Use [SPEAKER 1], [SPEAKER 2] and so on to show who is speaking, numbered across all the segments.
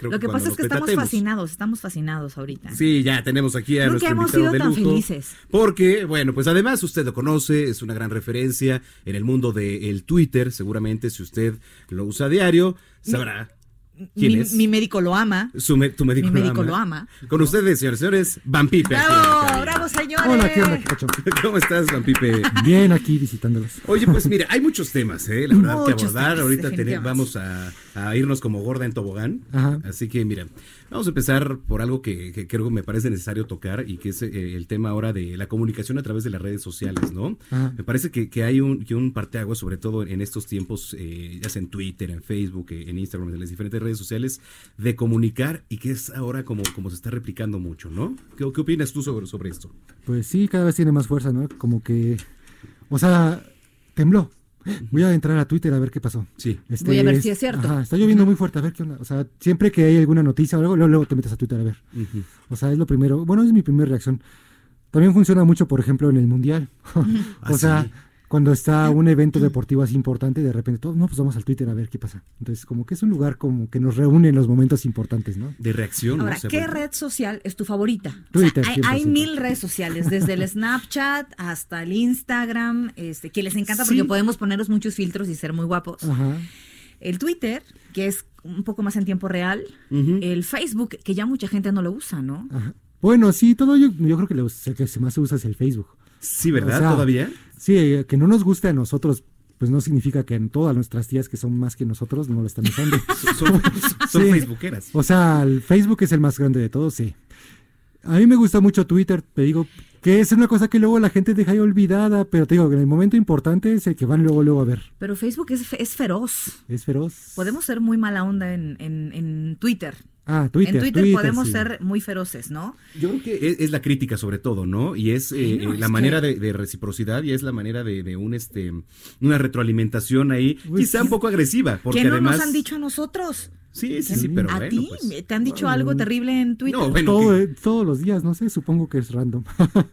[SPEAKER 1] Creo
[SPEAKER 2] Lo que
[SPEAKER 1] cuando
[SPEAKER 2] pasa es que
[SPEAKER 1] nos
[SPEAKER 2] estamos
[SPEAKER 1] percatemos-
[SPEAKER 2] fascinados, estamos fascinados ahorita.
[SPEAKER 1] Sí, ya tenemos aquí a
[SPEAKER 2] Nunca
[SPEAKER 1] nuestro
[SPEAKER 2] hemos
[SPEAKER 1] invitado
[SPEAKER 2] sido
[SPEAKER 1] de
[SPEAKER 2] tan
[SPEAKER 1] lujo.
[SPEAKER 2] felices.
[SPEAKER 1] Porque, bueno, pues además usted lo conoce, es una gran referencia en el mundo del Twitter. Seguramente si usted lo usa a diario, sabrá quién
[SPEAKER 2] mi,
[SPEAKER 1] es.
[SPEAKER 2] mi médico lo ama.
[SPEAKER 1] Su me- tu médico,
[SPEAKER 2] mi médico lo ama.
[SPEAKER 1] Con ustedes, señores, señores, Van Pipe. aquí en la
[SPEAKER 2] ¡Bravo!
[SPEAKER 1] cabina.
[SPEAKER 2] ¡Bravo, señores!
[SPEAKER 3] Hola, ¿qué onda, Cacho?
[SPEAKER 1] ¿Cómo estás, Van Pipe?
[SPEAKER 3] Bien aquí visitándolos.
[SPEAKER 1] Oye, pues mira, hay muchos temas, ¿eh? La verdad, que
[SPEAKER 2] Muchos
[SPEAKER 1] abordar.
[SPEAKER 2] temas,
[SPEAKER 1] Ahorita tener-
[SPEAKER 2] definitivamente.
[SPEAKER 1] vamos a, a irnos como gorda en tobogán.
[SPEAKER 3] Ajá.
[SPEAKER 1] Así que mira, vamos a empezar por algo que, que creo que me parece necesario tocar y que es eh, el tema ahora de la comunicación a través de las redes sociales, ¿no?
[SPEAKER 3] Ajá.
[SPEAKER 1] Me parece que, que hay un, que un parteaguas, sobre todo en estos tiempos, eh, ya sea en Twitter, en Facebook, eh, en Instagram, en las diferentes redes sociales, de comunicar y que es ahora como, como se está replicando mucho, ¿no? ¿Qué, qué opinas tú sobre, sobre esto?
[SPEAKER 3] Pues sí, cada vez tiene más fuerza, ¿no? Como que. O sea, tembló. Voy a entrar a Twitter a ver qué pasó.
[SPEAKER 1] Sí.
[SPEAKER 3] Este,
[SPEAKER 2] Voy a ver si es cierto.
[SPEAKER 3] Ajá, está lloviendo muy fuerte, a ver qué onda. O sea, siempre que hay alguna noticia o algo, luego, luego te metes a Twitter a ver. O sea, es lo primero. Bueno, es mi primera reacción. También funciona mucho, por ejemplo, en el Mundial.
[SPEAKER 1] Ah,
[SPEAKER 3] o sea,
[SPEAKER 1] sí.
[SPEAKER 3] cuando está un evento deportivo así importante, de repente, todos, no, pues vamos al Twitter a ver qué pasa. Entonces, como que es un lugar como que nos reúne en los momentos importantes, ¿no?
[SPEAKER 1] De reacción. ¿no?
[SPEAKER 2] Ahora,
[SPEAKER 1] O sea,
[SPEAKER 2] ¿qué
[SPEAKER 1] bueno.
[SPEAKER 2] red social es tu favorita?
[SPEAKER 3] Twitter,
[SPEAKER 2] O sea, hay- hay,
[SPEAKER 3] 100%.
[SPEAKER 2] mil redes sociales, desde el Snapchat hasta el Instagram, este, que les encanta porque podemos ponernos muchos filtros y ser muy guapos.
[SPEAKER 3] Ajá.
[SPEAKER 2] El Twitter, que es un poco más en tiempo real. El Facebook, que ya mucha gente no lo usa, ¿no?
[SPEAKER 3] Ajá. Bueno, sí, todo yo, yo creo que lo el que se más se usa es el Facebook.
[SPEAKER 1] Sí, ¿verdad?
[SPEAKER 3] O sea,
[SPEAKER 1] Todavía.
[SPEAKER 3] Sí, eh, que no nos guste a nosotros, pues no significa que en todas nuestras tías que son más que nosotros no lo están usando.
[SPEAKER 1] Son, son
[SPEAKER 3] Sí.
[SPEAKER 1] facebookeras.
[SPEAKER 3] o sea, el Facebook es el más grande de todos, sí. A mí me gusta mucho Twitter, te digo, que es una cosa que luego la gente deja ahí olvidada, pero te digo que en el momento importante es el que van luego, luego a ver.
[SPEAKER 2] Pero Facebook es, fe- es feroz.
[SPEAKER 3] Es feroz.
[SPEAKER 2] Podemos ser muy mala onda en, en- en Twitter.
[SPEAKER 3] Ah, Twitter.
[SPEAKER 2] en Twitter, podemos
[SPEAKER 3] sí.
[SPEAKER 2] ser muy feroces, ¿no?
[SPEAKER 1] Yo creo que es, es la crítica sobre todo, ¿no? Y es eh,
[SPEAKER 2] no,
[SPEAKER 1] eh,
[SPEAKER 2] es
[SPEAKER 1] la
[SPEAKER 2] que-
[SPEAKER 1] manera de, de reciprocidad y es la manera de, de un este una retroalimentación ahí,
[SPEAKER 3] Pues
[SPEAKER 1] quizá
[SPEAKER 3] sí.
[SPEAKER 1] un poco agresiva, porque
[SPEAKER 2] ¿Qué no
[SPEAKER 1] además
[SPEAKER 2] nos han dicho a nosotros?
[SPEAKER 1] sí, sí, sí, pero
[SPEAKER 2] ¿A
[SPEAKER 1] bueno,
[SPEAKER 2] ti?
[SPEAKER 1] pues,
[SPEAKER 2] ¿Te han dicho algo terrible en Twitter?
[SPEAKER 1] no, bueno,
[SPEAKER 3] Todo,
[SPEAKER 1] que-
[SPEAKER 3] eh, todos los días, no sé, supongo que es random.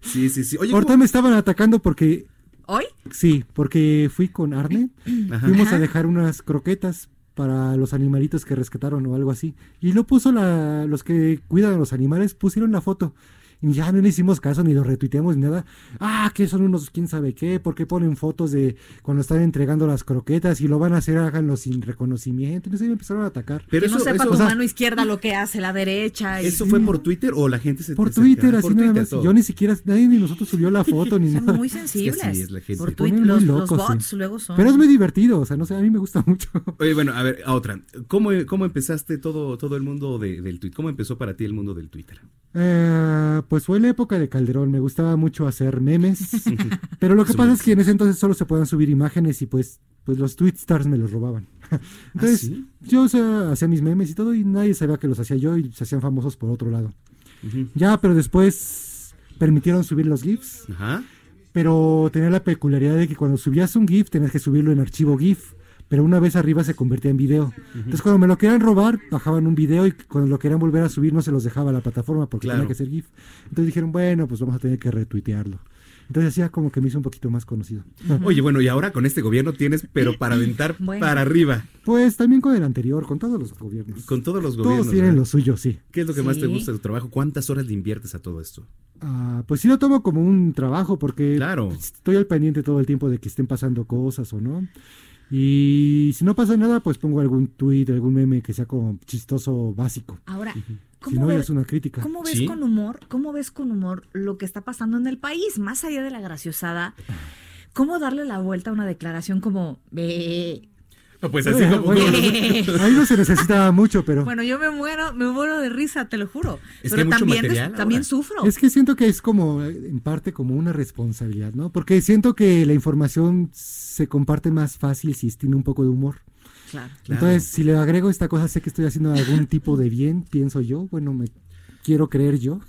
[SPEAKER 1] sí, sí, sí. Oye, pues,
[SPEAKER 3] Ahorita
[SPEAKER 1] ¿cómo-
[SPEAKER 3] me estaban atacando porque
[SPEAKER 2] ¿Hoy?
[SPEAKER 3] Sí, porque fui con Arne, fuimos a dejar unas croquetas para los animalitos que rescataron o algo así. Y lo puso la, los que cuidan a los animales, pusieron la foto. Y ya no le hicimos caso, ni lo retuiteamos, ni nada. Ah, que son unos quién sabe qué, porque ponen fotos de cuando están entregando las croquetas y lo van a hacer, háganlo sin reconocimiento. No sé, me empezaron a atacar.
[SPEAKER 1] pero
[SPEAKER 2] que no
[SPEAKER 1] eso,
[SPEAKER 2] sepa
[SPEAKER 1] eso-
[SPEAKER 2] tu
[SPEAKER 1] o sea,
[SPEAKER 2] mano izquierda lo que hace la derecha. y-
[SPEAKER 1] ¿eso fue por Twitter o la gente se
[SPEAKER 3] Por
[SPEAKER 1] se
[SPEAKER 3] Twitter,
[SPEAKER 1] acercaba?
[SPEAKER 3] así
[SPEAKER 1] Por
[SPEAKER 3] nada
[SPEAKER 1] Twitter,
[SPEAKER 3] más.
[SPEAKER 1] todo.
[SPEAKER 3] Yo ni siquiera, nadie de nosotros subió la foto ni nada.
[SPEAKER 2] son muy sensibles.
[SPEAKER 1] así es la gente.
[SPEAKER 2] Por
[SPEAKER 1] Se
[SPEAKER 2] Twitter,
[SPEAKER 3] Ponen
[SPEAKER 2] los,
[SPEAKER 3] muy
[SPEAKER 2] los
[SPEAKER 3] locos, sí.
[SPEAKER 2] bots luego son.
[SPEAKER 3] Pero es muy divertido, o sea, no sé, a mí me gusta mucho.
[SPEAKER 1] Oye, bueno, a ver, a otra. ¿Cómo, cómo empezaste todo todo el mundo de- del Twitter? ¿Cómo empezó para ti el mundo del Twitter?
[SPEAKER 3] Eh, pues fue la época de Calderón, me gustaba mucho hacer memes, pero lo que pasa es que en ese entonces solo se podían subir imágenes y pues, pues los tweet stars me los robaban. Entonces
[SPEAKER 1] sí?
[SPEAKER 3] yo o sea, hacía mis memes y todo y nadie sabía que los hacía yo y se hacían famosos por otro lado. Ya, pero después permitieron subir los GIFs,
[SPEAKER 1] Ajá.
[SPEAKER 3] pero tenía la peculiaridad de que cuando subías un GIF tenías que subirlo en archivo GIF. Pero una vez arriba se convertía en video. Entonces, cuando me lo querían robar, bajaban un video y cuando lo querían volver a subir, no se los dejaba la plataforma porque
[SPEAKER 1] Claro.
[SPEAKER 3] tenía que ser GIF. Entonces dijeron, bueno, pues vamos a tener que retuitearlo. Entonces, hacía como que me hizo un poquito más conocido.
[SPEAKER 1] Oye, bueno, y ahora con este gobierno tienes, pero para aventar
[SPEAKER 2] Bueno.
[SPEAKER 1] para arriba.
[SPEAKER 3] Pues también con el anterior, con todos los gobiernos.
[SPEAKER 1] Con todos los gobiernos.
[SPEAKER 3] todos tienen
[SPEAKER 1] ¿verdad?
[SPEAKER 3] lo suyo, sí.
[SPEAKER 1] ¿Qué es lo que más te
[SPEAKER 2] Sí.
[SPEAKER 1] gusta de tu trabajo? ¿Cuántas horas le inviertes a todo esto?
[SPEAKER 3] Ah, pues sí lo tomo como un trabajo porque
[SPEAKER 1] Claro.
[SPEAKER 3] estoy al pendiente todo el tiempo de que estén pasando cosas o no. Y si no pasa nada, pues pongo algún tweet, algún meme que sea como chistoso básico.
[SPEAKER 2] Ahora,
[SPEAKER 3] Si no,
[SPEAKER 2] ¿cómo,
[SPEAKER 3] ya
[SPEAKER 2] ver-
[SPEAKER 3] es una crítica.
[SPEAKER 2] cómo ves
[SPEAKER 1] Sí.
[SPEAKER 2] con humor? ¿Cómo ves con humor lo que está pasando en el país? Más allá de la graciosada, ¿cómo darle la vuelta a una declaración como "Ve"?
[SPEAKER 1] No, pues
[SPEAKER 3] Eh, bueno, ahí no se necesita mucho, pero
[SPEAKER 2] Bueno, yo me muero, me muero de risa, te lo juro.
[SPEAKER 1] Es que hay
[SPEAKER 2] Pero
[SPEAKER 1] mucho
[SPEAKER 2] también,
[SPEAKER 1] material ahora.
[SPEAKER 2] también sufro.
[SPEAKER 3] es que siento que es como, eh, en parte, como una responsabilidad, ¿no? Porque siento que la información se comparte más fácil si tiene un poco de humor.
[SPEAKER 2] Claro.
[SPEAKER 3] Entonces, si le agrego esta cosa, sé que estoy haciendo algún tipo de bien, pienso yo. Bueno, me quiero creer yo.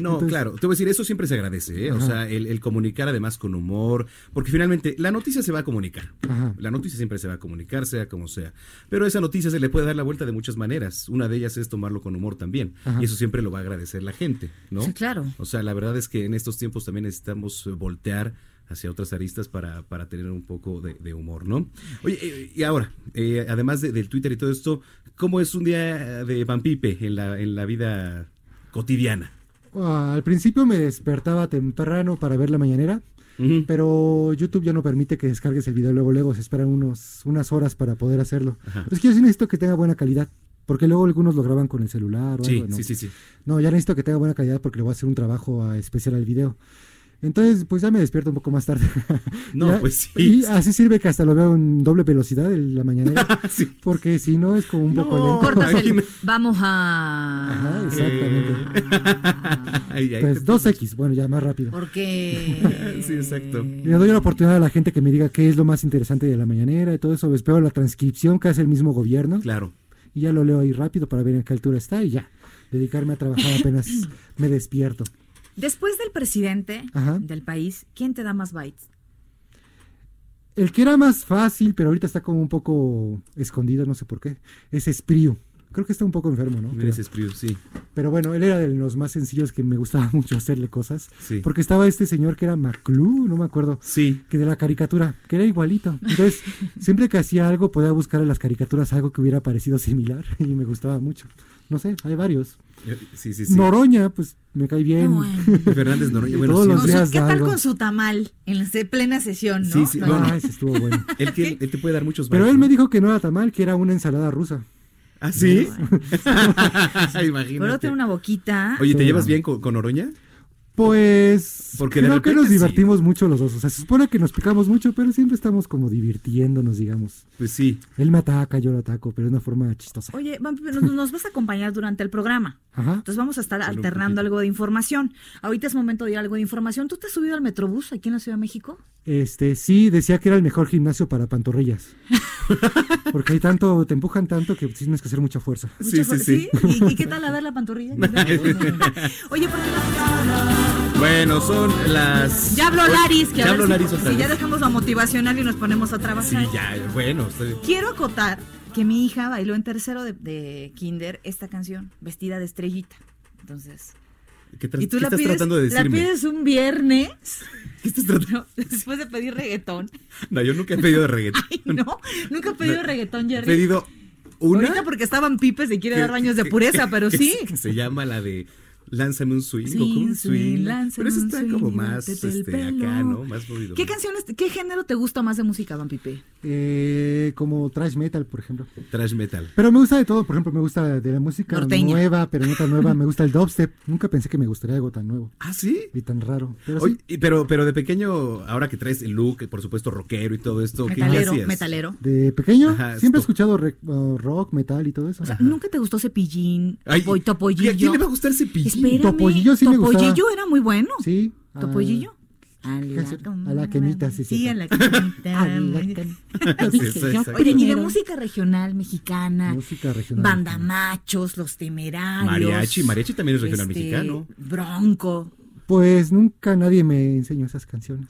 [SPEAKER 1] No, claro, te voy a decir, eso siempre se agradece, ¿eh? o sea, el, el comunicar además con humor, porque finalmente la noticia se va a comunicar,
[SPEAKER 3] Ajá.
[SPEAKER 1] la noticia siempre se va a comunicar, sea como sea, pero esa noticia se le puede dar la vuelta de muchas maneras, una de ellas es tomarlo con humor también, y eso siempre lo va a agradecer la gente, ¿no?
[SPEAKER 2] Sí, claro.
[SPEAKER 1] O sea, la verdad es que en estos tiempos también necesitamos eh, voltear hacia otras aristas para, para tener un poco de, de humor, ¿no? Oye, eh, y ahora, eh, además de- del Twitter y todo esto, ¿cómo es un día de Pampipe en la, en la vida cotidiana?
[SPEAKER 3] Ah, Al principio me despertaba temprano para ver la mañanera,
[SPEAKER 1] Ujú.
[SPEAKER 3] pero YouTube ya no permite que descargues el video luego, luego se esperan unos, unas horas para poder hacerlo. Es que yo sí necesito que tenga buena calidad, porque luego algunos lo graban con el celular o
[SPEAKER 1] Sí,
[SPEAKER 3] algo, ¿no?
[SPEAKER 1] sí, sí, sí.
[SPEAKER 3] No, ya necesito que tenga buena calidad porque le voy a hacer un trabajo ah, especial al video. Entonces, pues ya me despierto un poco más tarde.
[SPEAKER 1] No,
[SPEAKER 3] Ya-
[SPEAKER 1] pues sí.
[SPEAKER 3] Y así sirve que hasta lo veo en doble velocidad en la mañanera,
[SPEAKER 1] Sí.
[SPEAKER 3] porque si no es como un poco
[SPEAKER 1] No,
[SPEAKER 3] lento.
[SPEAKER 2] Cortas el.
[SPEAKER 1] imagina-
[SPEAKER 2] Vamos a.
[SPEAKER 3] Ajá, exactamente.
[SPEAKER 1] Ay, ay, te-
[SPEAKER 3] Pues 2X, bueno, ya más rápido.
[SPEAKER 2] Porque.
[SPEAKER 1] Sí, exacto.
[SPEAKER 3] Le doy la oportunidad a la gente que me diga qué es lo más interesante de la mañanera y todo eso. Espero la transcripción que hace el mismo gobierno
[SPEAKER 1] Claro.
[SPEAKER 3] y ya lo leo ahí rápido para ver en qué altura está y ya. Dedicarme a trabajar apenas me despierto.
[SPEAKER 2] Después del presidente
[SPEAKER 3] Ajá.
[SPEAKER 2] del país, ¿quién te da más bytes?
[SPEAKER 3] El que era más fácil, pero ahorita está como un poco escondido, no sé por qué, es Espriu. Creo que está un poco enfermo, ¿no? Creo.
[SPEAKER 1] Mira ese espriu, sí.
[SPEAKER 3] Pero bueno, él era de los más sencillos que me gustaba mucho hacerle cosas.
[SPEAKER 1] Sí.
[SPEAKER 3] Porque estaba este señor que era Maclú, no me acuerdo.
[SPEAKER 1] Sí.
[SPEAKER 3] que de la caricatura, que era igualito. Entonces, siempre que hacía algo, podía buscar en las caricaturas algo que hubiera parecido similar y me gustaba mucho. No sé, hay varios.
[SPEAKER 1] Eh, Sí, sí, sí.
[SPEAKER 3] Noroña, pues me cae bien.
[SPEAKER 2] Ah, Bueno.
[SPEAKER 1] Fernández Noroña. Bueno,
[SPEAKER 3] Todos
[SPEAKER 1] sí,
[SPEAKER 3] los
[SPEAKER 1] sí.
[SPEAKER 3] días.
[SPEAKER 2] eh, ¿Qué tal
[SPEAKER 3] algo.
[SPEAKER 2] con su tamal en la se- plena sesión, no?
[SPEAKER 1] Sí, sí,
[SPEAKER 2] No,
[SPEAKER 1] bueno.
[SPEAKER 3] Ah, ese estuvo bueno.
[SPEAKER 1] Él, tiene- él te puede dar muchos
[SPEAKER 3] Pero
[SPEAKER 1] bares,
[SPEAKER 3] él me
[SPEAKER 1] ¿no?
[SPEAKER 3] dijo que no era tan mal, que era una ensalada rusa.
[SPEAKER 1] ¿Ah, sí? Imagínate.
[SPEAKER 2] Pero tiene una boquita.
[SPEAKER 1] Oye, ¿te
[SPEAKER 3] Sí.
[SPEAKER 1] llevas bien con, con Oroña?
[SPEAKER 3] Pues
[SPEAKER 1] Porque de
[SPEAKER 3] creo que
[SPEAKER 1] repente
[SPEAKER 3] nos
[SPEAKER 1] sí.
[SPEAKER 3] divertimos mucho los dos. O sea, se supone que nos picamos mucho, pero siempre estamos como divirtiéndonos, digamos.
[SPEAKER 1] Pues sí.
[SPEAKER 3] Él me ataca, yo lo ataco, pero de una forma chistosa.
[SPEAKER 2] Oye, Vampi, nos, nos vas a acompañar durante el programa.
[SPEAKER 3] Ajá.
[SPEAKER 2] Entonces vamos a estar
[SPEAKER 1] Solo un poquito.
[SPEAKER 2] alternando algo de información. Ahorita es momento de ir a algo de información. ¿Tú te has subido al Metrobús aquí en la Ciudad de México?
[SPEAKER 3] Este, sí, decía que era el mejor gimnasio para pantorrillas. Porque hay tanto, te empujan tanto que tienes que hacer mucha fuerza.
[SPEAKER 1] Sí,
[SPEAKER 2] Mucha
[SPEAKER 1] sí,
[SPEAKER 2] fu-
[SPEAKER 1] sí.
[SPEAKER 2] ¿Y, y qué tal a ver la pantorrilla? Oye, ¿por qué
[SPEAKER 1] Bueno, son las.
[SPEAKER 2] Ya habló Laris. Que
[SPEAKER 1] ya
[SPEAKER 2] a ver
[SPEAKER 1] habló
[SPEAKER 2] si-
[SPEAKER 1] Laris otra
[SPEAKER 2] si ya
[SPEAKER 1] vez.
[SPEAKER 2] dejamos la motivacional y nos ponemos a trabajar.
[SPEAKER 1] Sí, ya. Bueno, estoy-
[SPEAKER 2] Quiero acotar que mi hija bailó en tercero de, de kinder esta canción, vestida de estrellita. Entonces,
[SPEAKER 1] ¿qué, tra-
[SPEAKER 2] y tú
[SPEAKER 1] qué
[SPEAKER 2] la
[SPEAKER 1] estás
[SPEAKER 2] pides,
[SPEAKER 1] tratando de
[SPEAKER 2] la
[SPEAKER 1] decirme?
[SPEAKER 2] pides un viernes,
[SPEAKER 1] ¿Qué estás tratando?
[SPEAKER 2] ¿no? después de pedir reggaetón.
[SPEAKER 1] No, yo nunca he pedido reggaetón.
[SPEAKER 2] Ay, no, nunca he pedido reggaetón,
[SPEAKER 1] He
[SPEAKER 2] Jerry.
[SPEAKER 1] pedido una.
[SPEAKER 2] Ahorita porque estaban pipes y quiere
[SPEAKER 1] que-
[SPEAKER 2] dar baños de
[SPEAKER 1] que-
[SPEAKER 2] pureza,
[SPEAKER 1] que-
[SPEAKER 2] pero
[SPEAKER 1] que-
[SPEAKER 2] sí.
[SPEAKER 1] que se llama la de Lánzame un swing. o
[SPEAKER 2] Swing,
[SPEAKER 1] como un
[SPEAKER 2] swing,
[SPEAKER 1] swing.
[SPEAKER 2] lánzame
[SPEAKER 1] Pero esa
[SPEAKER 2] un
[SPEAKER 1] está
[SPEAKER 2] swing
[SPEAKER 1] como
[SPEAKER 2] y
[SPEAKER 1] más
[SPEAKER 2] métete el
[SPEAKER 1] este, acá,
[SPEAKER 2] pelo.
[SPEAKER 1] ¿no? Más movido.
[SPEAKER 2] ¿Qué canciones, qué género te gusta más de música, Van Pipe?
[SPEAKER 3] Eh, como trash metal, por ejemplo.
[SPEAKER 1] Trash metal.
[SPEAKER 3] Pero me gusta de todo, por ejemplo, me gusta de la música
[SPEAKER 2] Norteña.
[SPEAKER 3] nueva, pero no tan nueva. Me gusta el dubstep. Nunca pensé que me gustaría algo tan nuevo
[SPEAKER 1] ¿Ah, sí?
[SPEAKER 3] y tan raro. Pero
[SPEAKER 1] Oye,
[SPEAKER 3] sí,
[SPEAKER 1] y- pero, pero de pequeño, ahora que traes el look, por supuesto, rockero y todo esto, ¿qué
[SPEAKER 2] Metalero,
[SPEAKER 1] hacías?
[SPEAKER 2] metalero.
[SPEAKER 3] de pequeño
[SPEAKER 1] Ajá,
[SPEAKER 3] siempre he
[SPEAKER 1] esto.
[SPEAKER 3] escuchado re- uh, rock, metal y todo eso.
[SPEAKER 2] Nunca te gustó Cepillín,
[SPEAKER 1] Ay,
[SPEAKER 2] Boy Topollillo.
[SPEAKER 1] ¿y a quién le va a gustar Cepillín?
[SPEAKER 2] Espérame,
[SPEAKER 3] Topollillo sí me gustaba.
[SPEAKER 2] Topollillo era muy bueno.
[SPEAKER 3] sí. ah,
[SPEAKER 2] ¿Topollillo? A
[SPEAKER 3] A la quenita, sí,
[SPEAKER 2] Sí,
[SPEAKER 3] cierto.
[SPEAKER 2] a la quenita.
[SPEAKER 3] A la can-
[SPEAKER 1] Sí, sí, exacto.
[SPEAKER 2] Oye, y de música regional mexicana,
[SPEAKER 3] Música regional.
[SPEAKER 2] Banda Machos, Los Temerarios.
[SPEAKER 1] Mariachi, mariachi también es regional
[SPEAKER 2] este,
[SPEAKER 1] mexicano.
[SPEAKER 2] Bronco.
[SPEAKER 3] Pues nunca nadie me enseñó esas canciones.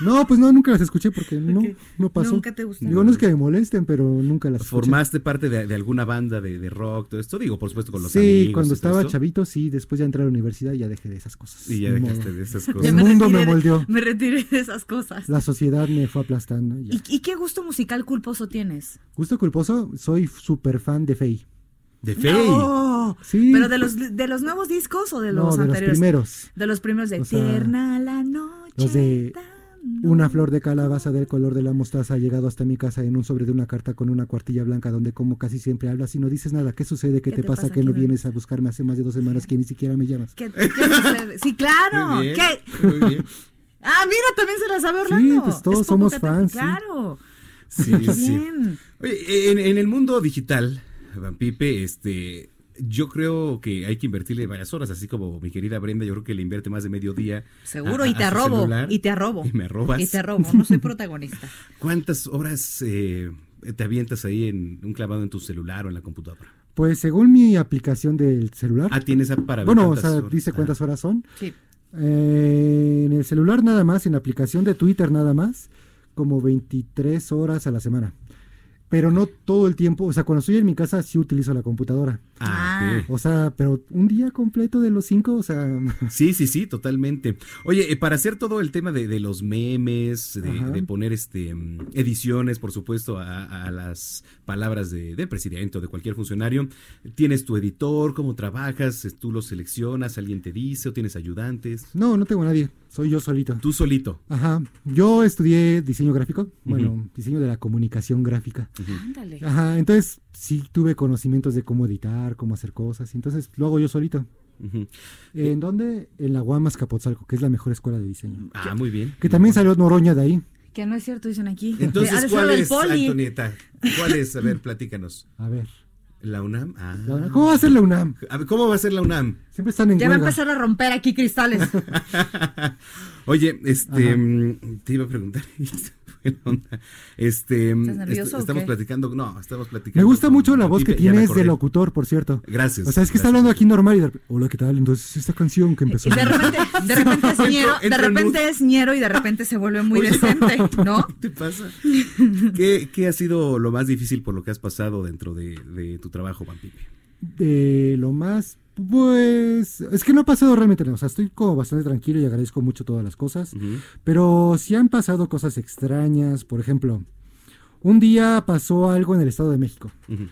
[SPEAKER 3] No, pues no, nunca las escuché porque no, no pasó.
[SPEAKER 2] Nunca te gustaron.
[SPEAKER 3] Digo, no es que me molesten, pero nunca las escuché.
[SPEAKER 1] ¿Formaste parte de, de alguna banda de, de rock, todo esto? Digo, por supuesto, con los
[SPEAKER 3] sí,
[SPEAKER 1] amigos. y
[SPEAKER 3] cuando
[SPEAKER 1] todo
[SPEAKER 3] estaba
[SPEAKER 1] esto.
[SPEAKER 3] chavito, sí, después ya entré a la universidad y ya dejé de esas cosas.
[SPEAKER 1] Y ya
[SPEAKER 3] Ni
[SPEAKER 1] dejaste
[SPEAKER 3] modo.
[SPEAKER 1] de esas
[SPEAKER 3] Ya
[SPEAKER 1] cosas.
[SPEAKER 3] me- mundo
[SPEAKER 2] retiré de-
[SPEAKER 3] moldeó.
[SPEAKER 2] Me retiré de esas cosas.
[SPEAKER 3] La sociedad me fue aplastando. ya.
[SPEAKER 2] ¿Y, y qué gusto musical culposo tienes?
[SPEAKER 3] Gusto culposo, soy súper fan de Fey.
[SPEAKER 1] De fe.
[SPEAKER 2] ¡No!
[SPEAKER 3] Sí.
[SPEAKER 2] ¿Pero de los, de los nuevos discos o de
[SPEAKER 3] No,
[SPEAKER 2] los
[SPEAKER 3] de los
[SPEAKER 2] anteriores?
[SPEAKER 3] primeros.
[SPEAKER 2] De los primeros de
[SPEAKER 3] O sea,
[SPEAKER 2] Tierna la noche.
[SPEAKER 3] Los de
[SPEAKER 2] tan-
[SPEAKER 3] una flor de calabaza del color de la mostaza ha llegado hasta mi casa en un sobre de una carta con una cuartilla blanca donde como casi siempre hablas y no dices nada. ¿Qué sucede? ¿Qué, te, pasa, que no
[SPEAKER 2] me-
[SPEAKER 3] vienes a buscarme hace más de dos semanas que ni siquiera me llamas?
[SPEAKER 2] ¿Qué- qué sucede? Sí, claro.
[SPEAKER 1] Muy bien,
[SPEAKER 2] ¿Qué?
[SPEAKER 1] muy bien.
[SPEAKER 2] Ah, mira, también se la sabe Orlando.
[SPEAKER 3] pues todos
[SPEAKER 2] Es
[SPEAKER 3] somos
[SPEAKER 2] Popocatépetl,
[SPEAKER 3] fans, sí.
[SPEAKER 2] Claro.
[SPEAKER 1] Sí, sí.
[SPEAKER 2] Bien.
[SPEAKER 1] Oye, en, en el mundo digital, Van Pipe, este, yo creo que hay que invertirle varias horas, así como mi querida Brenda, yo creo que le invierte más de mediodía.
[SPEAKER 2] Seguro,
[SPEAKER 3] Ah,
[SPEAKER 1] a-
[SPEAKER 2] y
[SPEAKER 1] a
[SPEAKER 2] te
[SPEAKER 1] su
[SPEAKER 2] arrobo.
[SPEAKER 1] celular.
[SPEAKER 2] Y te arrobo.
[SPEAKER 1] Y me arrobas.
[SPEAKER 2] Y te arrobo. No soy protagonista.
[SPEAKER 1] ¿Cuántas horas eh, te avientas ahí en un clavado en tu celular o en la computadora?
[SPEAKER 3] Pues según mi aplicación del celular.
[SPEAKER 1] Ah, tienes app para ver
[SPEAKER 3] Bueno, o
[SPEAKER 1] cuántas
[SPEAKER 3] sea,
[SPEAKER 1] horas.
[SPEAKER 3] dice
[SPEAKER 1] Ah.
[SPEAKER 3] cuántas horas son.
[SPEAKER 2] Sí.
[SPEAKER 3] Eh, en el celular nada más, en la aplicación de Twitter nada más, como 23 horas a la semana. Pero no todo el tiempo, o sea, cuando estoy en mi casa sí utilizo la computadora.
[SPEAKER 1] Ah, ok.
[SPEAKER 3] O sea, pero un día completo de los cinco, o sea,
[SPEAKER 1] Sí, sí, sí, totalmente. Oye, eh, para hacer todo el tema de, de los memes, de,
[SPEAKER 3] Ajá.
[SPEAKER 1] de poner este mm, ediciones, por supuesto, a, a las palabras de, del presidente o de cualquier funcionario, ¿tienes tu editor? ¿Cómo trabajas? ¿Tú lo seleccionas? ¿Alguien te dice? ¿O tienes ayudantes?
[SPEAKER 3] no, no tengo a nadie, soy yo solito.
[SPEAKER 1] Tú solito.
[SPEAKER 3] Ajá, yo estudié diseño gráfico, bueno, diseño de la comunicación gráfica.
[SPEAKER 2] Ándale.
[SPEAKER 3] Ajá, entonces sí tuve conocimientos de cómo editar, cómo hacer cosas, entonces lo hago yo solito. Eh,
[SPEAKER 1] Ujú.
[SPEAKER 3] ¿En dónde? En la Guamas Capotzalco, que es la mejor escuela de diseño.
[SPEAKER 1] Ah, muy bien.
[SPEAKER 3] Que también salió Noroña de ahí.
[SPEAKER 2] Que no es cierto, dicen aquí. Ha
[SPEAKER 1] Entonces,
[SPEAKER 2] de ser
[SPEAKER 1] ¿cuál
[SPEAKER 2] del
[SPEAKER 1] es,
[SPEAKER 2] poli.
[SPEAKER 1] Antonieta? ¿Cuál es? A ver, platícanos.
[SPEAKER 3] A ver.
[SPEAKER 1] ¿La UNAM? Ah.
[SPEAKER 3] la UNAM- ¿Cómo va a ser la UNAM?
[SPEAKER 1] A ver, ¿Cómo va a ser la UNAM?
[SPEAKER 3] Siempre están en
[SPEAKER 2] Ya va a
[SPEAKER 3] huelga.
[SPEAKER 2] empezar a romper aquí cristales.
[SPEAKER 1] Oye, este, mm, te iba a preguntar. y se fue la onda. Este, mm,
[SPEAKER 2] ¿Estás nervioso
[SPEAKER 1] est-
[SPEAKER 2] o
[SPEAKER 1] estamos
[SPEAKER 2] qué?
[SPEAKER 1] platicando, no, estamos platicando.
[SPEAKER 3] Me gusta
[SPEAKER 1] con
[SPEAKER 3] mucho la voz que
[SPEAKER 1] Pipe, ya me
[SPEAKER 3] tienes de
[SPEAKER 1] acordé.
[SPEAKER 3] locutor, por cierto.
[SPEAKER 1] Gracias.
[SPEAKER 3] O sea, es que está hablando aquí normal y de... Hola, ¿qué tal? Entonces, esta canción que empezó...
[SPEAKER 2] Y de repente, de repente es ñero, de
[SPEAKER 1] entro en
[SPEAKER 2] repente es ñero y de repente se vuelve muy decente, ¿no?
[SPEAKER 1] ¿Qué te pasa? ¿Qué, qué ha sido lo más difícil por lo que has pasado dentro de, de tu trabajo, Juan Pipe?
[SPEAKER 3] De lo más... Pues... Es que no ha pasado realmente nada. O sea, estoy como bastante tranquilo y agradezco mucho todas las cosas.
[SPEAKER 1] Ujú.
[SPEAKER 3] Pero sí han pasado cosas extrañas. Por ejemplo, un día pasó algo en el Estado de México.
[SPEAKER 1] Ujú.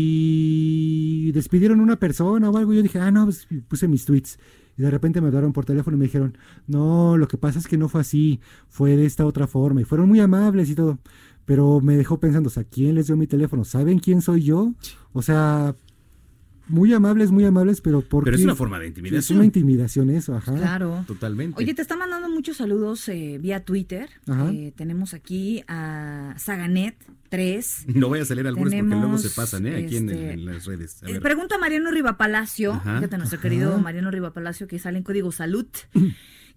[SPEAKER 3] Y despidieron una persona o algo. Yo dije, ah, no, pues, y puse mis tweets. Y de repente me hablaron por teléfono y me dijeron, no, lo que pasa es que no fue así, fue de esta otra forma. Y fueron muy amables y todo. Pero me dejó pensando, o sea, ¿quién les dio mi teléfono? ¿Saben quién soy yo? O sea, muy amables, muy amables, pero ¿por
[SPEAKER 1] Pero es
[SPEAKER 3] qué?
[SPEAKER 1] una forma de
[SPEAKER 3] Es
[SPEAKER 1] intimidación.
[SPEAKER 3] una intimidación eso, ajá.
[SPEAKER 2] Claro.
[SPEAKER 1] Totalmente.
[SPEAKER 2] Oye, te está mandando muchos saludos eh, vía Twitter.
[SPEAKER 3] Ajá.
[SPEAKER 2] Eh, tenemos aquí a Saganet 3.
[SPEAKER 1] no voy a salir algunos porque luego se
[SPEAKER 2] tenemos,
[SPEAKER 1] pasan, ¿eh? Aquí en,
[SPEAKER 2] este,
[SPEAKER 1] en las redes. A
[SPEAKER 2] Eh,
[SPEAKER 1] ver.
[SPEAKER 2] Pregunta a Mariano Rivapalacio,
[SPEAKER 1] Ajá.
[SPEAKER 2] fíjate nuestro querido Mariano Rivapalacio que sale en código salud,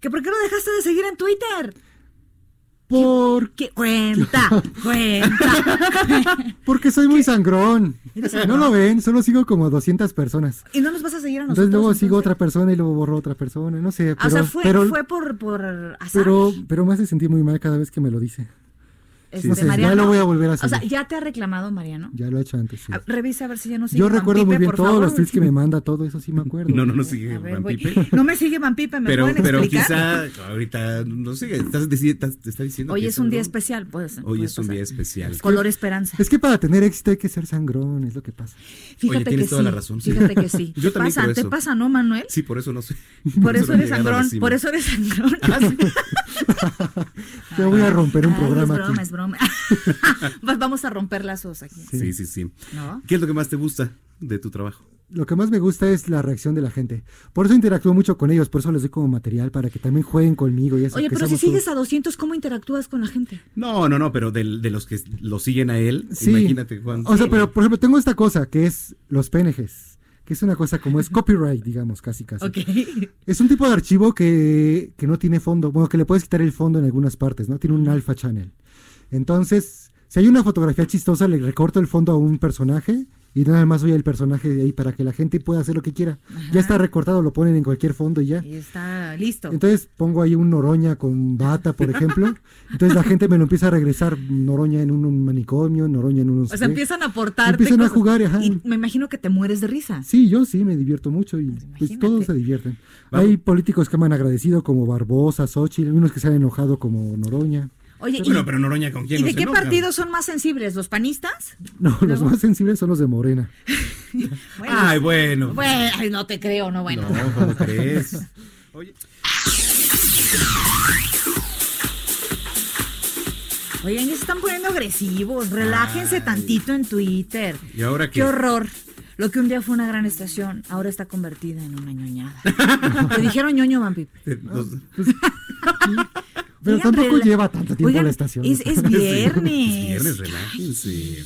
[SPEAKER 2] que por qué lo dejaste de seguir en Twitter.
[SPEAKER 3] ¿Por
[SPEAKER 2] Que cuenta, cuenta.
[SPEAKER 3] Porque soy muy sangrón.
[SPEAKER 2] Eres
[SPEAKER 3] No lo ven, solo sigo como 200 personas.
[SPEAKER 2] Y no nos vas a seguir a nosotros.
[SPEAKER 3] Entonces luego sigo
[SPEAKER 2] entonces.
[SPEAKER 3] otra persona y luego borro otra persona, no sé.
[SPEAKER 2] Ah,
[SPEAKER 3] Pero,
[SPEAKER 2] o sea, fue,
[SPEAKER 3] pero,
[SPEAKER 2] fue por, por azar.
[SPEAKER 3] pero, pero me hace sentir muy mal cada vez que me lo dice.
[SPEAKER 2] Este,
[SPEAKER 3] no sé, ya
[SPEAKER 2] Mariano,
[SPEAKER 3] lo voy a volver a
[SPEAKER 2] O sea,
[SPEAKER 3] seguir.
[SPEAKER 2] ya te ha reclamado Mariano.
[SPEAKER 3] Ya lo he hecho antes. sí.
[SPEAKER 2] A- Revisa a ver si ya Ah, no sigue
[SPEAKER 3] Yo
[SPEAKER 2] Van
[SPEAKER 3] recuerdo muy
[SPEAKER 2] Pipe,
[SPEAKER 3] bien
[SPEAKER 2] por
[SPEAKER 3] todos
[SPEAKER 2] favor.
[SPEAKER 3] los tweets que me manda, todo eso sí me acuerdo.
[SPEAKER 1] No, no, no sigue,
[SPEAKER 2] A ver,
[SPEAKER 1] Juan
[SPEAKER 2] voy.
[SPEAKER 1] Pipe.
[SPEAKER 2] No me sigue Van Pipe, me
[SPEAKER 1] Este, Pero,
[SPEAKER 2] pueden
[SPEAKER 1] pero
[SPEAKER 2] explicar.
[SPEAKER 1] quizá ahorita no sé, estás, deci- estás- te está diciendo.
[SPEAKER 2] Hoy
[SPEAKER 1] que
[SPEAKER 2] es un día
[SPEAKER 1] algo-
[SPEAKER 2] especial, pues.
[SPEAKER 1] Hoy
[SPEAKER 2] puede
[SPEAKER 1] es un
[SPEAKER 2] pasar.
[SPEAKER 1] día especial.
[SPEAKER 2] Color esperanza.
[SPEAKER 3] Es que para tener éxito hay que ser sangrón, es lo que pasa.
[SPEAKER 2] Fíjate
[SPEAKER 1] Oye, tienes
[SPEAKER 2] que
[SPEAKER 1] toda
[SPEAKER 2] sí.
[SPEAKER 1] la razón. sí.
[SPEAKER 2] Fíjate que sí.
[SPEAKER 1] Yo
[SPEAKER 2] te
[SPEAKER 1] también
[SPEAKER 2] pasa,
[SPEAKER 1] creo
[SPEAKER 2] te
[SPEAKER 1] eso.
[SPEAKER 2] pasa, ¿no, Manuel?
[SPEAKER 1] Sí, por eso no sé.
[SPEAKER 2] Por eso
[SPEAKER 1] no he
[SPEAKER 2] eres
[SPEAKER 1] llegado a la
[SPEAKER 2] sangrón,
[SPEAKER 1] cima.
[SPEAKER 2] por eso eres sangrón.
[SPEAKER 1] Ah, sí.
[SPEAKER 3] Yo voy a romper un
[SPEAKER 2] Ay,
[SPEAKER 3] programa
[SPEAKER 2] Ah, es broma,
[SPEAKER 3] aquí.
[SPEAKER 2] es broma. Pues Vamos a romper lazos aquí,
[SPEAKER 1] Sí, sí, sí.
[SPEAKER 2] ¿no?
[SPEAKER 1] ¿Qué es lo que más te gusta de tu trabajo?
[SPEAKER 3] Lo que más me gusta es la reacción de la gente. Por eso interactúo mucho con ellos, por eso les doy como material para que también jueguen conmigo y eso.
[SPEAKER 2] Oye,
[SPEAKER 3] que
[SPEAKER 2] pero si
[SPEAKER 3] somos todos-
[SPEAKER 2] sigues a 200, ¿cómo interactúas con la gente?
[SPEAKER 1] No, no, no, pero del- de, los que lo siguen a él,
[SPEAKER 3] Sí.
[SPEAKER 1] imagínate Juan.
[SPEAKER 3] O sea, pero por ejemplo, tengo esta cosa que es los PNGs, que es una cosa como es copyright, digamos, casi casi.
[SPEAKER 2] Ok.
[SPEAKER 3] Es un tipo de archivo que, que no tiene fondo, bueno, que le puedes quitar el fondo en algunas partes, ¿no? Tiene un alpha channel. Entonces, si hay una fotografía chistosa, le recorto el fondo a un personaje y nada más soy el personaje de ahí para que la gente pueda hacer lo que quiera. Ya está recortado, lo ponen en cualquier fondo y ya.
[SPEAKER 2] Y está listo.
[SPEAKER 3] Entonces pongo ahí un Noroña con bata, por ejemplo. Entonces la gente me lo empieza a regresar. Noroña en un, un manicomio, Noroña en unos.
[SPEAKER 2] O sea,
[SPEAKER 1] ¿eh?
[SPEAKER 2] empiezan a aportarte.
[SPEAKER 3] Empiezan a
[SPEAKER 2] cosas.
[SPEAKER 3] jugar, ajá.
[SPEAKER 2] Y me imagino que te mueres de risa.
[SPEAKER 3] Sí, yo sí me divierto mucho y pues, todos
[SPEAKER 2] imagínate.
[SPEAKER 3] se divierten.
[SPEAKER 1] Vamos.
[SPEAKER 3] Hay políticos que me han agradecido como Barbosa, Xochitl, unos que se han enojado como Noroña.
[SPEAKER 2] Oye,
[SPEAKER 1] Bueno,
[SPEAKER 2] ¿y,
[SPEAKER 1] pero Noroña, ¿con quién
[SPEAKER 2] ¿y
[SPEAKER 1] no
[SPEAKER 2] de
[SPEAKER 1] se
[SPEAKER 2] qué
[SPEAKER 1] enoja?
[SPEAKER 2] partidos son más sensibles? ¿Los panistas?
[SPEAKER 3] No, los más sensibles son los de Morena.
[SPEAKER 2] Bueno,
[SPEAKER 1] Ay, bueno.
[SPEAKER 2] bueno, ay, no te creo, no, bueno.
[SPEAKER 1] No, ¿cómo crees? Oye,
[SPEAKER 2] Oigan, ya se están poniendo agresivos. Relájense tantito en Twitter.
[SPEAKER 1] ¿y ahora qué?
[SPEAKER 2] Qué horror. Lo que un día fue una gran estación, ahora está convertida en una ñoñada. Te dijeron ñoño, Van Pipe.
[SPEAKER 1] Te- nos-
[SPEAKER 3] Pero
[SPEAKER 2] Oigan,
[SPEAKER 3] tampoco
[SPEAKER 2] rela-
[SPEAKER 3] lleva tanto tiempo
[SPEAKER 2] Oigan,
[SPEAKER 3] la estación.
[SPEAKER 2] Es,
[SPEAKER 3] ¿no?
[SPEAKER 2] es viernes.
[SPEAKER 1] Es pues viernes, relájense.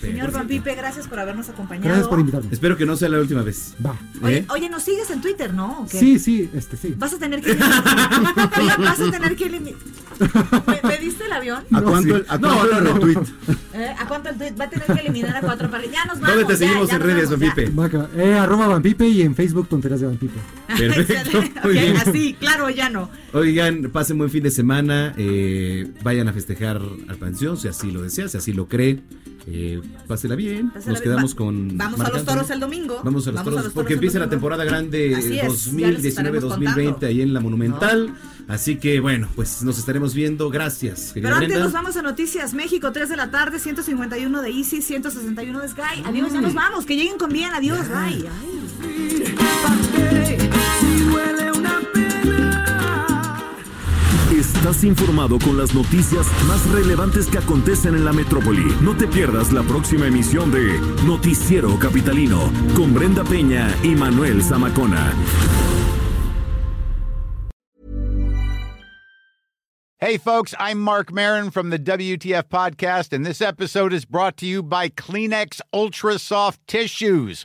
[SPEAKER 2] Señor Van Pipe, gracias por habernos acompañado.
[SPEAKER 3] Gracias por invitarme.
[SPEAKER 1] Espero que no sea la última vez.
[SPEAKER 3] Va.
[SPEAKER 2] Oye,
[SPEAKER 1] ¿Eh?
[SPEAKER 2] oye, nos sigues en Twitter, ¿no? ¿O qué?
[SPEAKER 3] Sí, sí, este sí.
[SPEAKER 2] Vas a tener que eliminar- Oye, vas a tener que eliminar. Me, me ¿Viste el avión?
[SPEAKER 4] ¿A
[SPEAKER 3] No,
[SPEAKER 4] cuánto
[SPEAKER 3] sí.
[SPEAKER 4] el, a cuánto el retweet?
[SPEAKER 2] ¿Eh? ¿A cuánto el tweet? Va a tener que eliminar a cuatro para. Ya nos vamos.
[SPEAKER 1] ¿Dónde te
[SPEAKER 2] ya,
[SPEAKER 1] seguimos
[SPEAKER 2] ya
[SPEAKER 1] en
[SPEAKER 2] nos
[SPEAKER 1] redes,
[SPEAKER 2] vamos, ya.
[SPEAKER 1] Pipe?
[SPEAKER 3] Vaca, eh, arroba Vampipe y en Facebook tonteras de Vampipe.
[SPEAKER 1] Perfecto.
[SPEAKER 2] Excelente.
[SPEAKER 1] Muy
[SPEAKER 2] Ok,
[SPEAKER 1] bien.
[SPEAKER 2] Así, claro, ya no.
[SPEAKER 1] Oigan, pasen buen fin de semana, eh, vayan a festejar al panteón si así lo desea, si así lo cree. Eh, pásela bien.
[SPEAKER 2] Pásala
[SPEAKER 1] Nos
[SPEAKER 2] bien.
[SPEAKER 1] quedamos
[SPEAKER 2] Va-
[SPEAKER 1] con.
[SPEAKER 2] Vamos
[SPEAKER 1] Marc
[SPEAKER 2] a los
[SPEAKER 1] Anthony.
[SPEAKER 2] toros el domingo.
[SPEAKER 1] Vamos a los toros, porque
[SPEAKER 2] el
[SPEAKER 1] empieza la
[SPEAKER 2] domingo.
[SPEAKER 1] temporada grande
[SPEAKER 2] Así es, ya les estaremos
[SPEAKER 1] 2019-2020
[SPEAKER 2] contando.
[SPEAKER 1] ahí en la Monumental. Así que bueno, pues nos estaremos viendo. Gracias. querida
[SPEAKER 2] Pero antes
[SPEAKER 1] Brenda.
[SPEAKER 2] nos vamos a Noticias México, 3 de la tarde, 151 de Easy, 161 de Sky. Adiós, ya nos vamos. Que lleguen con bien. Adiós, bye. Ay.
[SPEAKER 5] Estás informado con las noticias más relevantes que acontecen en la metrópoli. No te pierdas la próxima emisión de Noticiero Capitalino con Brenda Peña y Manuel Zamacona.
[SPEAKER 6] Hey, folks, I'm Mark Marin from the WTF Podcast, and this episode is brought to you by Kleenex Ultra Soft Tissues,